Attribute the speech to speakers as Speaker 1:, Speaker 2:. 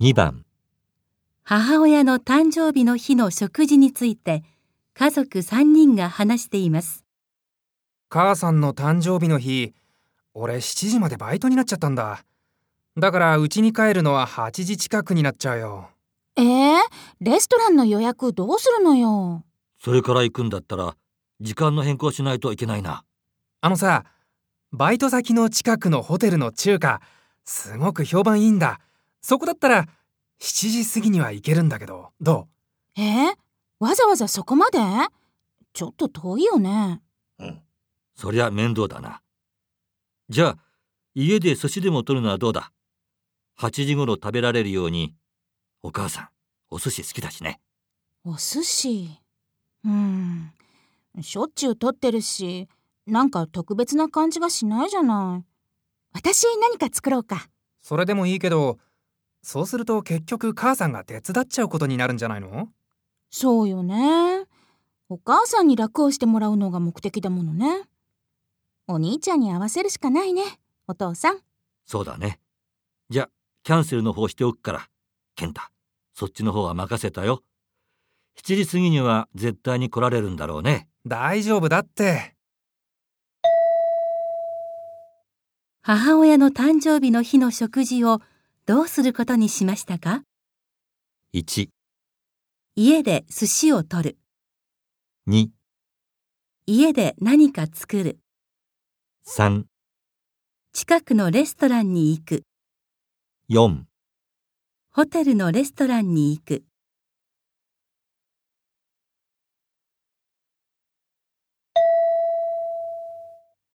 Speaker 1: 2番、
Speaker 2: 母親の誕生日の日の食事について家族3人が話しています
Speaker 3: 母さんの誕生日の日俺7時までバイトになっちゃったんだだから家に帰るのは8時近くになっちゃうよ
Speaker 4: えー、レストランの予約どうするのよ。
Speaker 5: それから行くんだったら時間の変更しないといけないな
Speaker 3: あのさバイト先の近くのホテルの中華すごく評判いいんだそこだったら7時過ぎには行けるんだけどど
Speaker 4: えー、わざわざそこまでちょっと遠いよね。
Speaker 5: そりゃ面倒だなじゃあ家で寿司でも取るのはどうだ8時頃食べられるようにお母さんお寿司好きだしね
Speaker 4: お寿司。うん。しょっちゅう取ってるし、なんか特別な感じがしないじゃない。私何か作ろうか。
Speaker 3: うそれでもいいけどそうすると結局母さんが手伝っちゃうことになるんじゃないの
Speaker 4: そうよね。お母さんに楽をしてもらうのが目的だものね。お兄ちゃんに合わせるしかないね、お父さん。
Speaker 5: そうだねじゃあキャンセルの方しておくから健太そっちの方は任せたよ7時過ぎには絶対に来られるんだろうね
Speaker 3: 大丈夫だって
Speaker 2: 母親の誕生日の日の食事をどうすることにしましたか
Speaker 1: 1、
Speaker 2: 家で寿司を取る
Speaker 1: 2、
Speaker 2: 家で何か作る
Speaker 1: 3、
Speaker 2: 近くのレストランに行く
Speaker 1: 4
Speaker 2: ホテルのレストランに行く